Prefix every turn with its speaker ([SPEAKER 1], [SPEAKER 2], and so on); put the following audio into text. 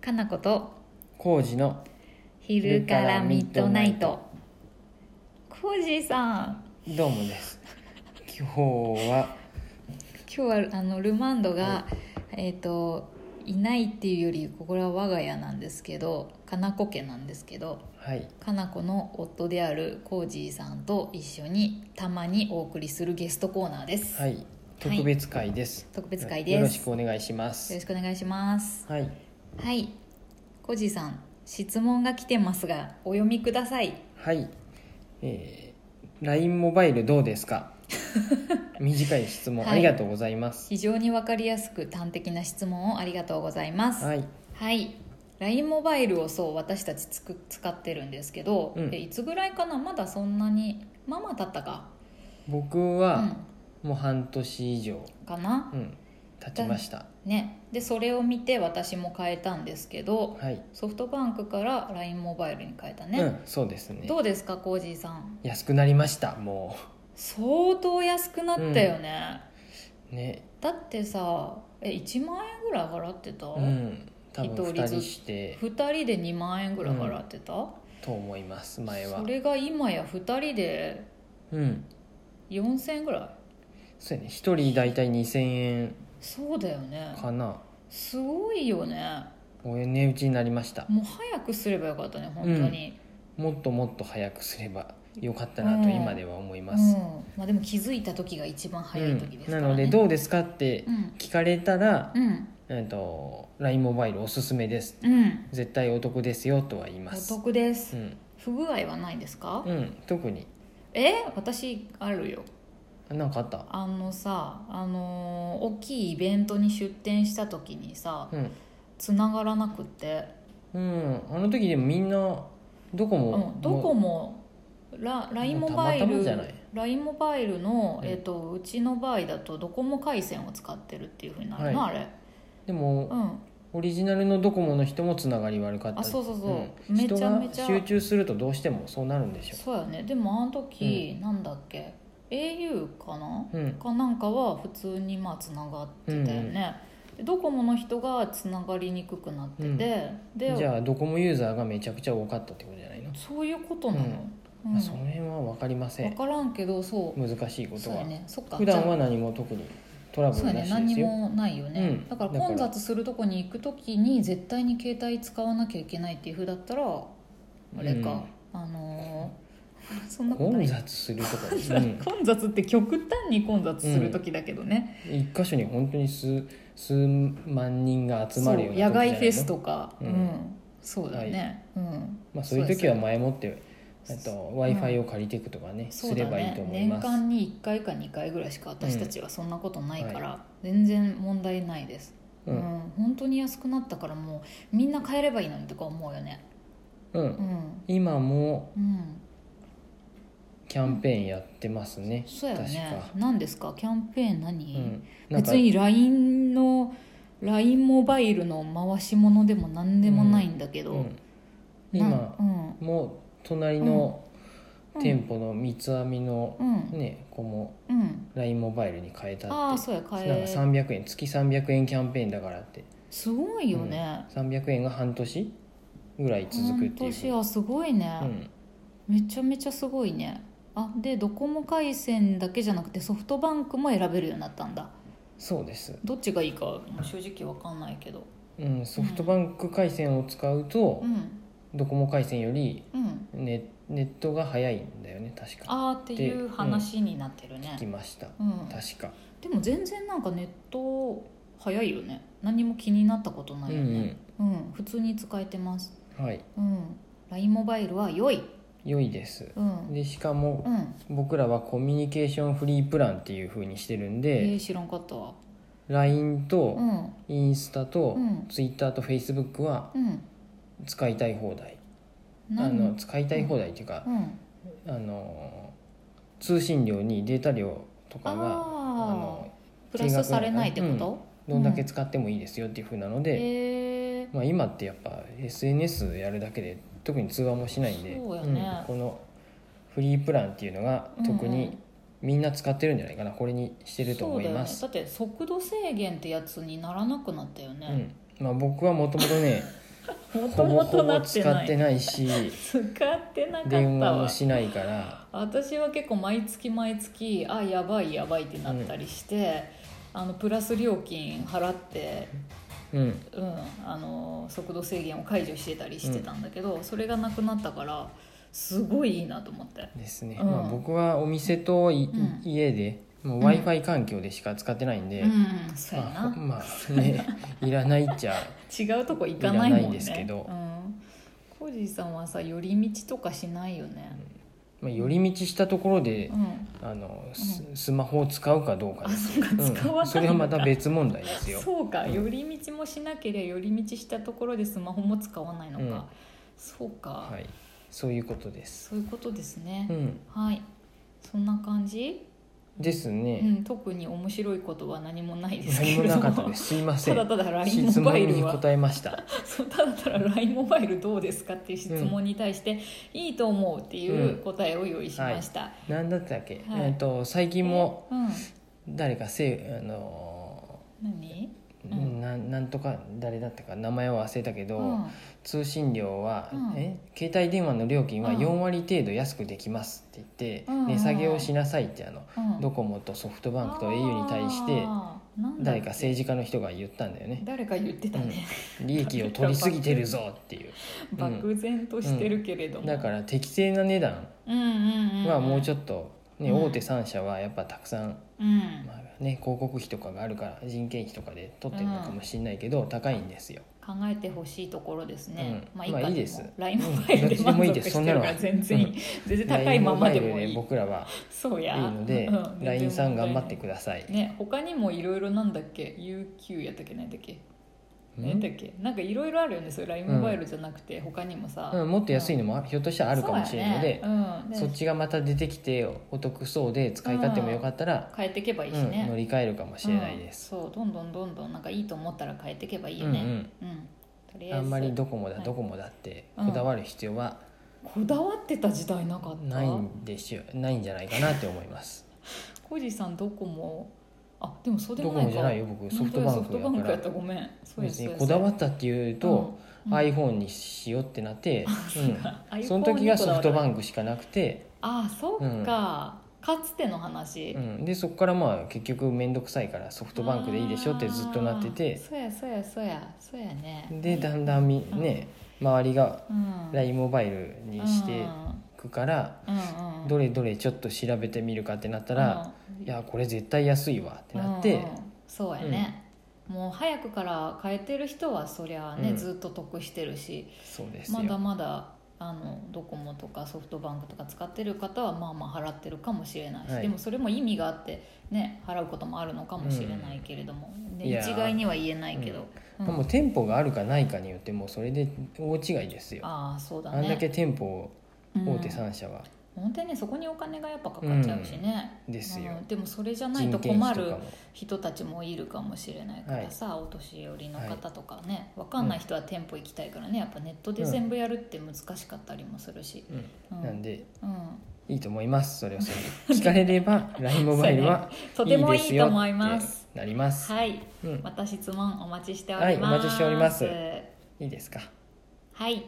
[SPEAKER 1] かなこと
[SPEAKER 2] 工事の
[SPEAKER 1] 昼からミッドナイトコージーさん
[SPEAKER 2] どうもです今日は
[SPEAKER 1] 今日はあのルマンドが、えっ、といないっていうよりこれは我が家なんですけどかなこ家なんですけど
[SPEAKER 2] はい
[SPEAKER 1] かなこの夫であるコージーさんと一緒にたまにお送りするゲストコーナーです、
[SPEAKER 2] はい特別会です、
[SPEAKER 1] 特別会です
[SPEAKER 2] よろしくお願いしま
[SPEAKER 1] よろ
[SPEAKER 2] す
[SPEAKER 1] しくお願いします
[SPEAKER 2] はい
[SPEAKER 1] はいコージーさん質問が来てますがお読みください
[SPEAKER 2] はいえー、LINE モバイルどうで すか短い質問、
[SPEAKER 1] はい
[SPEAKER 2] ありがとうございます
[SPEAKER 1] 非常にわかりやすく端的な質問をありがとうございます
[SPEAKER 2] はい
[SPEAKER 1] はい LINE モバイルをそう私たちつく使ってるんですけど、
[SPEAKER 2] うん
[SPEAKER 1] でいつぐらいかなまだそんなにまあまあ経ったか、
[SPEAKER 2] 僕
[SPEAKER 1] う
[SPEAKER 2] は
[SPEAKER 1] ん、
[SPEAKER 2] もう半年以上
[SPEAKER 1] かな
[SPEAKER 2] うん経ちました
[SPEAKER 1] ねでそれを見て私も変えたんですけど
[SPEAKER 2] はい
[SPEAKER 1] ソフトバンクから LINE モバイルに変えたね、
[SPEAKER 2] うんそうですね
[SPEAKER 1] どうですかコージーさん
[SPEAKER 2] 安くなりましたも
[SPEAKER 1] 相当安くなったよね、
[SPEAKER 2] うね
[SPEAKER 1] だってさえ1万円ぐらい払ってた、
[SPEAKER 2] うん多分
[SPEAKER 1] 一人
[SPEAKER 2] 2
[SPEAKER 1] ず
[SPEAKER 2] 人
[SPEAKER 1] つ
[SPEAKER 2] して
[SPEAKER 1] 2人で2万円ぐらい払ってた、
[SPEAKER 2] と思います前は
[SPEAKER 1] それが今や2人で
[SPEAKER 2] うん
[SPEAKER 1] 4000円ぐらい
[SPEAKER 2] そうやね一人大体2000円
[SPEAKER 1] そうだよね
[SPEAKER 2] かな
[SPEAKER 1] すごいよね
[SPEAKER 2] お値打ちになりました
[SPEAKER 1] もう早くすればよかったね本当に、
[SPEAKER 2] もっともっと早くすればよかったなと
[SPEAKER 1] うん
[SPEAKER 2] 今では思いうま
[SPEAKER 1] ん
[SPEAKER 2] す、
[SPEAKER 1] まあ、でも気づいた時が一番早い時ですか
[SPEAKER 2] な
[SPEAKER 1] ら、ね
[SPEAKER 2] のでどうですかって
[SPEAKER 1] うん
[SPEAKER 2] 聞かれたら、
[SPEAKER 1] うん
[SPEAKER 2] えっと LINE モバイルおすすめです
[SPEAKER 1] うん
[SPEAKER 2] 絶対お得ですよとは言いま
[SPEAKER 1] お
[SPEAKER 2] す
[SPEAKER 1] 得です、
[SPEAKER 2] うん、
[SPEAKER 1] 不具合はないですか、
[SPEAKER 2] うん、特に
[SPEAKER 1] え私あるよ
[SPEAKER 2] なんかあった
[SPEAKER 1] あのさあのー大きいイベントに出店した時にさ
[SPEAKER 2] うん、
[SPEAKER 1] 繋がらなくって、
[SPEAKER 2] うん、あの時でもみんなどこも、
[SPEAKER 1] うん、どこ
[SPEAKER 2] も
[SPEAKER 1] もラ LINE
[SPEAKER 2] もう
[SPEAKER 1] モ
[SPEAKER 2] た
[SPEAKER 1] バ
[SPEAKER 2] ま
[SPEAKER 1] イ
[SPEAKER 2] たま
[SPEAKER 1] ル
[SPEAKER 2] じゃない
[SPEAKER 1] LINE モバイルの、
[SPEAKER 2] うん
[SPEAKER 1] えっとうちの場合だとドコモ回線を使ってるっていうふうになるの、
[SPEAKER 2] は
[SPEAKER 1] あれ
[SPEAKER 2] でも、
[SPEAKER 1] うん
[SPEAKER 2] オリジナルのドコモの人もつながり悪かった
[SPEAKER 1] あそうそうそう、
[SPEAKER 2] うん
[SPEAKER 1] めちゃめちゃ
[SPEAKER 2] 人が集中するとどうしてもそうなるんでしょ
[SPEAKER 1] そうやねでもあの時、なんだっけ au かな
[SPEAKER 2] う、うん、
[SPEAKER 1] かなんかは普通にまあつながってたよね、でドコモの人がつながりにくくなってて、
[SPEAKER 2] うん
[SPEAKER 1] で
[SPEAKER 2] じゃあドコモユーザーがめちゃくちゃ多かったってことじゃないの、
[SPEAKER 1] そういうことなの、うん
[SPEAKER 2] まあその辺は分かりませ
[SPEAKER 1] 分
[SPEAKER 2] ん
[SPEAKER 1] からんけどそう
[SPEAKER 2] 難しいこと
[SPEAKER 1] そう
[SPEAKER 2] は、
[SPEAKER 1] やねそっか
[SPEAKER 2] 普段は
[SPEAKER 1] じゃ
[SPEAKER 2] 何も特にトラ
[SPEAKER 1] あ
[SPEAKER 2] ブル
[SPEAKER 1] そうや
[SPEAKER 2] な
[SPEAKER 1] ね何
[SPEAKER 2] しですよ、
[SPEAKER 1] もないよね、
[SPEAKER 2] うん
[SPEAKER 1] だから
[SPEAKER 2] だから
[SPEAKER 1] 混雑するとこに行く時に絶対に携帯使わなきゃいけないっていうふうだったらあれか、あのー そんなことな
[SPEAKER 2] 混
[SPEAKER 1] い
[SPEAKER 2] 雑するとか、 う
[SPEAKER 1] 混
[SPEAKER 2] ん
[SPEAKER 1] 雑って極端に混雑する時だけどね、
[SPEAKER 2] 一箇所に本当に数数万人が集
[SPEAKER 1] そ
[SPEAKER 2] ま
[SPEAKER 1] う
[SPEAKER 2] るような
[SPEAKER 1] 野
[SPEAKER 2] 時じゃないの
[SPEAKER 1] 外フェスとか、う
[SPEAKER 2] うんん
[SPEAKER 1] そうだね、うん
[SPEAKER 2] まあ、そういう時は
[SPEAKER 1] そう
[SPEAKER 2] 前もってえっと w i f i を借りていくとかね、
[SPEAKER 1] そ
[SPEAKER 2] す
[SPEAKER 1] う
[SPEAKER 2] れ
[SPEAKER 1] だ
[SPEAKER 2] ばいいと
[SPEAKER 1] ね
[SPEAKER 2] 思い
[SPEAKER 1] 年
[SPEAKER 2] ます、
[SPEAKER 1] 間に1回か2回ぐらいしか私たちはそんなことないか
[SPEAKER 2] は
[SPEAKER 1] ら、全然問題ないです、う
[SPEAKER 2] うんん
[SPEAKER 1] 本当に安くなったからもうみんな買えればいいのにとか思うよね
[SPEAKER 2] う、
[SPEAKER 1] うんん
[SPEAKER 2] 今も
[SPEAKER 1] うん
[SPEAKER 2] キャンペーンやってますね、
[SPEAKER 1] そうや
[SPEAKER 2] 確
[SPEAKER 1] ね
[SPEAKER 2] か、
[SPEAKER 1] 何ですかキャンペーン
[SPEAKER 2] う
[SPEAKER 1] 何、
[SPEAKER 2] ん、なんか
[SPEAKER 1] 別に LINE の LINE モバイルの回し物でも何でもないんだけど、
[SPEAKER 2] うん、
[SPEAKER 1] な
[SPEAKER 2] 今
[SPEAKER 1] うん
[SPEAKER 2] も隣の
[SPEAKER 1] うん
[SPEAKER 2] 店舗の三つ編みの
[SPEAKER 1] うん
[SPEAKER 2] ね子も
[SPEAKER 1] うん
[SPEAKER 2] LINE モバイルに変えた
[SPEAKER 1] ああ
[SPEAKER 2] って
[SPEAKER 1] そうや買
[SPEAKER 2] なんか
[SPEAKER 1] え
[SPEAKER 2] 300円月300円キャンペーンだからって
[SPEAKER 1] すごいよね、
[SPEAKER 2] うん300円が半年ぐらい続くってい
[SPEAKER 1] 半年
[SPEAKER 2] う、
[SPEAKER 1] はすごいね、めちゃめちゃすごいねあでドコモ回線だけじゃなくてソフトバンクも選べるようになったんだ
[SPEAKER 2] そうです、
[SPEAKER 1] どっちがいいかもう正直わかんないけど
[SPEAKER 2] うん、ソフトバンク回線を使うと
[SPEAKER 1] うん
[SPEAKER 2] ドコモ回線より
[SPEAKER 1] うん
[SPEAKER 2] ネネットが早いんだよね確か
[SPEAKER 1] ああっていう話になってるね
[SPEAKER 2] 聞きました
[SPEAKER 1] うん
[SPEAKER 2] 確か、
[SPEAKER 1] でも全然なんかネット早いよね何も気になったこと
[SPEAKER 2] う
[SPEAKER 1] なんいよねうん、普通に使えてます
[SPEAKER 2] うんはい
[SPEAKER 1] うん LINE モバイルは良い
[SPEAKER 2] 良いです
[SPEAKER 1] うん
[SPEAKER 2] でしかも
[SPEAKER 1] うん
[SPEAKER 2] 僕らはコミュニケーションフリープランっていう風にしてるん
[SPEAKER 1] え
[SPEAKER 2] で、
[SPEAKER 1] ー、知らんかったわ
[SPEAKER 2] LINE と
[SPEAKER 1] うん
[SPEAKER 2] インスタと
[SPEAKER 1] うん
[SPEAKER 2] Twitter と Facebook は
[SPEAKER 1] うん
[SPEAKER 2] 使いたい放題、
[SPEAKER 1] な
[SPEAKER 2] あの
[SPEAKER 1] ん
[SPEAKER 2] 使いたい放題っていうか
[SPEAKER 1] う、ん
[SPEAKER 2] あの通信料にデータ量とかがあ
[SPEAKER 1] ああ
[SPEAKER 2] の
[SPEAKER 1] プラスされないってこと、
[SPEAKER 2] どんだけ使ってもいいですよっていう風なので、
[SPEAKER 1] へえ
[SPEAKER 2] まあ、今ってやっぱ SNS やるだけで特に通話もしないんで
[SPEAKER 1] そうやね
[SPEAKER 2] うんこのフリープランっていうのが特
[SPEAKER 1] うんうん
[SPEAKER 2] にみんな使ってるんじゃないかなこれにしてると
[SPEAKER 1] そ
[SPEAKER 2] 思
[SPEAKER 1] うだ
[SPEAKER 2] い
[SPEAKER 1] よ
[SPEAKER 2] ま
[SPEAKER 1] ね
[SPEAKER 2] す。
[SPEAKER 1] だって速度制限ってやつにならなくなったよね、
[SPEAKER 2] うんまあ、僕はもともとね
[SPEAKER 1] もと
[SPEAKER 2] ほぼ
[SPEAKER 1] も
[SPEAKER 2] ほ
[SPEAKER 1] とな
[SPEAKER 2] ぼ
[SPEAKER 1] って
[SPEAKER 2] 使
[SPEAKER 1] な
[SPEAKER 2] っ
[SPEAKER 1] い
[SPEAKER 2] てないし
[SPEAKER 1] 使ってなかった
[SPEAKER 2] 電話も
[SPEAKER 1] わ
[SPEAKER 2] しないから
[SPEAKER 1] 私は結構毎月毎月あやばいやばいってなったりして、あのプラス料金払って、
[SPEAKER 2] うん
[SPEAKER 1] うん、あの速度制限を解除してたりしてたんだけど、それがなくなったからすごいいいなと思って
[SPEAKER 2] ですね、
[SPEAKER 1] うん
[SPEAKER 2] まあ、僕はお店とい、
[SPEAKER 1] うん
[SPEAKER 2] 家でもう
[SPEAKER 1] うん
[SPEAKER 2] w i f i 環境でしか使ってないんで、
[SPEAKER 1] うんそうや
[SPEAKER 2] まあ、ほ
[SPEAKER 1] な
[SPEAKER 2] まあ ねいらないっちゃ
[SPEAKER 1] 違うとこ行かないもんね
[SPEAKER 2] いらないですけど
[SPEAKER 1] うん、コージーさんはさ寄り道とかしないよね、
[SPEAKER 2] まあ、寄り道したところで
[SPEAKER 1] う、ん、
[SPEAKER 2] あのススマホを使うかどうか
[SPEAKER 1] あ
[SPEAKER 2] で
[SPEAKER 1] そ
[SPEAKER 2] す、
[SPEAKER 1] うか
[SPEAKER 2] うん
[SPEAKER 1] 使わないんだ、
[SPEAKER 2] それはまた別問題ですよ
[SPEAKER 1] そうか、
[SPEAKER 2] うん
[SPEAKER 1] 寄り道もしなければ寄り道したところでスマホも使わないのか、
[SPEAKER 2] うん
[SPEAKER 1] そうか、
[SPEAKER 2] はいそういうことです
[SPEAKER 1] そういうことですね
[SPEAKER 2] う、ん
[SPEAKER 1] はいそんな感じ、
[SPEAKER 2] です
[SPEAKER 1] う
[SPEAKER 2] ね、
[SPEAKER 1] ん、特に面白いことは何もないですけ
[SPEAKER 2] 何
[SPEAKER 1] れど
[SPEAKER 2] も
[SPEAKER 1] も
[SPEAKER 2] なかったですすいませ
[SPEAKER 1] ただ
[SPEAKER 2] ん
[SPEAKER 1] ただ LINE
[SPEAKER 2] 質
[SPEAKER 1] モバイ
[SPEAKER 2] 問
[SPEAKER 1] ル
[SPEAKER 2] に
[SPEAKER 1] は
[SPEAKER 2] 答えました
[SPEAKER 1] そうただただ LINE モバイルどうですかっていう質問に対して、いいと思うっていう答えを用意しました、
[SPEAKER 2] 何だったっけ、
[SPEAKER 1] はい
[SPEAKER 2] えっと最近も
[SPEAKER 1] えうん
[SPEAKER 2] 誰かせあの
[SPEAKER 1] 何
[SPEAKER 2] ー
[SPEAKER 1] うん
[SPEAKER 2] ななんとか誰だったか名前は忘れたけど、
[SPEAKER 1] うん
[SPEAKER 2] 通信料は、
[SPEAKER 1] うん
[SPEAKER 2] え携帯電話の料金は
[SPEAKER 1] うん
[SPEAKER 2] 4割程度安くできますって言って、
[SPEAKER 1] うん
[SPEAKER 2] 値下げをしなさいってあの、
[SPEAKER 1] うん
[SPEAKER 2] ドコモとソフトバンクと au に対して
[SPEAKER 1] あーなんだっけ
[SPEAKER 2] 誰か政治家の人が言ったんだよね
[SPEAKER 1] 誰か言ってたね、
[SPEAKER 2] 利益を取りすぎてるぞってい うん
[SPEAKER 1] 漠然としてるけれども、
[SPEAKER 2] だから適正な値段
[SPEAKER 1] うんうんうんうん、
[SPEAKER 2] はもうち
[SPEAKER 1] ょっ
[SPEAKER 2] ょっと、ね
[SPEAKER 1] うん
[SPEAKER 2] 大手3社はやっぱたくさん、
[SPEAKER 1] と、うん
[SPEAKER 2] ま、あね、広告費とかがあるから人件費とかで取ってるのかもしれないけど、高いんですよ。
[SPEAKER 1] 考えてほしいところですね、
[SPEAKER 2] うん
[SPEAKER 1] まあいいか
[SPEAKER 2] まあいいです
[SPEAKER 1] も LINE モバイルで
[SPEAKER 2] うんどっちでも
[SPEAKER 1] 満
[SPEAKER 2] いいで
[SPEAKER 1] 足
[SPEAKER 2] す
[SPEAKER 1] し
[SPEAKER 2] そん
[SPEAKER 1] て
[SPEAKER 2] な
[SPEAKER 1] る
[SPEAKER 2] の
[SPEAKER 1] から
[SPEAKER 2] は
[SPEAKER 1] 全然いい全然
[SPEAKER 2] LINE
[SPEAKER 1] 高いままで
[SPEAKER 2] モ
[SPEAKER 1] も
[SPEAKER 2] バイ
[SPEAKER 1] い
[SPEAKER 2] ル
[SPEAKER 1] い
[SPEAKER 2] 僕らはい
[SPEAKER 1] そう
[SPEAKER 2] い
[SPEAKER 1] や
[SPEAKER 2] ので、
[SPEAKER 1] うん全
[SPEAKER 2] LINE
[SPEAKER 1] 然
[SPEAKER 2] さん
[SPEAKER 1] 問題
[SPEAKER 2] 頑
[SPEAKER 1] ない
[SPEAKER 2] 張ってください、
[SPEAKER 1] ね他にもいろいろなんだっけ UQ やったっけなんだっけなんだっけなんかいろいろあるよねそれ LINE モバイルじゃなくて他にもさ、
[SPEAKER 2] うん、もっと安いのもひょっとしたらあるかもしれないので
[SPEAKER 1] そうやねうん、で
[SPEAKER 2] そっちがまた出てきてお得そうで使い勝手も良かったら、
[SPEAKER 1] 変えていけばいいし
[SPEAKER 2] うん
[SPEAKER 1] ね、
[SPEAKER 2] 乗り換えるかもしれないです、
[SPEAKER 1] うんそうどんどんどんどんなんかいいと思ったら変えていけばいいよ
[SPEAKER 2] うんう
[SPEAKER 1] ね
[SPEAKER 2] ん
[SPEAKER 1] うん、とりあえ
[SPEAKER 2] あ
[SPEAKER 1] ず
[SPEAKER 2] んまりドコモだ
[SPEAKER 1] はい
[SPEAKER 2] ドコモだって
[SPEAKER 1] うん
[SPEAKER 2] こだわる必要は
[SPEAKER 1] こだわってた時代なかった
[SPEAKER 2] ないんでしょ、ないんじゃないかなって思います
[SPEAKER 1] コージーさんドコモあでもそうで
[SPEAKER 2] ド
[SPEAKER 1] も
[SPEAKER 2] コ
[SPEAKER 1] ない
[SPEAKER 2] モ
[SPEAKER 1] か
[SPEAKER 2] じゃないよ僕ソ
[SPEAKER 1] 本
[SPEAKER 2] フ
[SPEAKER 1] 当
[SPEAKER 2] ト
[SPEAKER 1] や
[SPEAKER 2] バ
[SPEAKER 1] ソ
[SPEAKER 2] ン
[SPEAKER 1] フ
[SPEAKER 2] ク
[SPEAKER 1] トバンクや
[SPEAKER 2] だ
[SPEAKER 1] っ
[SPEAKER 2] か
[SPEAKER 1] た
[SPEAKER 2] ら
[SPEAKER 1] ごめんそうです
[SPEAKER 2] 別にこだわ
[SPEAKER 1] っ
[SPEAKER 2] ったっていうと、
[SPEAKER 1] うん
[SPEAKER 2] iPhone にしようってなって、うん
[SPEAKER 1] iPhone
[SPEAKER 2] その時がソフトバ
[SPEAKER 1] に
[SPEAKER 2] ンクしかなくて、
[SPEAKER 1] ああそっか、かつての話、
[SPEAKER 2] うん、でそこからまあ結局面倒くさいからソフトバンクでいいでしょってずっとなって
[SPEAKER 1] あー
[SPEAKER 2] て
[SPEAKER 1] そうやそうやそうやそうやね
[SPEAKER 2] でだんだんみ
[SPEAKER 1] うん
[SPEAKER 2] ね周りが
[SPEAKER 1] うん
[SPEAKER 2] LINE モバイルにし
[SPEAKER 1] う
[SPEAKER 2] て
[SPEAKER 1] ん
[SPEAKER 2] くから
[SPEAKER 1] うんうん
[SPEAKER 2] どれどれちょっと調べてみるかってなったら
[SPEAKER 1] うん
[SPEAKER 2] いやこれ絶対安いわってなっ
[SPEAKER 1] うん
[SPEAKER 2] て
[SPEAKER 1] うんそうやね、もう早くから変えてる人はそりゃね、
[SPEAKER 2] うん
[SPEAKER 1] ずっと得してるし
[SPEAKER 2] そうです
[SPEAKER 1] まだ
[SPEAKER 2] よ
[SPEAKER 1] まだあのドコモとかソフトバンクとか使ってる方はまあまあ払ってるかもしれないし、
[SPEAKER 2] はい
[SPEAKER 1] でもそれも意味があってね払うこともあるのかもしれないけれども、ね
[SPEAKER 2] いやー
[SPEAKER 1] 一概には言えないけど、うん
[SPEAKER 2] もう店舗があるかないかによってもうそれで大違いですよ
[SPEAKER 1] ああそうだね
[SPEAKER 2] あんだけ店舗を大手
[SPEAKER 1] ん、
[SPEAKER 2] 3社は
[SPEAKER 1] 本当にねそこにお金がやっぱかかっちゃうしね、
[SPEAKER 2] ですよ
[SPEAKER 1] うんでもそれじゃない
[SPEAKER 2] 人
[SPEAKER 1] と
[SPEAKER 2] 件
[SPEAKER 1] 困
[SPEAKER 2] 費と
[SPEAKER 1] る
[SPEAKER 2] かも
[SPEAKER 1] 人たちもいるかもしれないからさ、お年寄りの方とかね分かんない人は店舗行きたいからねやっぱネットで全部やるって難しかったりもするし、
[SPEAKER 2] う
[SPEAKER 1] うん
[SPEAKER 2] んなんで
[SPEAKER 1] うん、
[SPEAKER 2] いいと思いますそれをそれで聞かれ れば LINE モバイルは
[SPEAKER 1] と
[SPEAKER 2] い
[SPEAKER 1] て
[SPEAKER 2] い
[SPEAKER 1] も
[SPEAKER 2] で
[SPEAKER 1] い
[SPEAKER 2] す
[SPEAKER 1] い
[SPEAKER 2] よ
[SPEAKER 1] と
[SPEAKER 2] っ
[SPEAKER 1] 思います。
[SPEAKER 2] てなります
[SPEAKER 1] はい、
[SPEAKER 2] うん
[SPEAKER 1] また質問お待ちしております。
[SPEAKER 2] はいお待ちしております
[SPEAKER 1] はい
[SPEAKER 2] いいですか
[SPEAKER 1] はい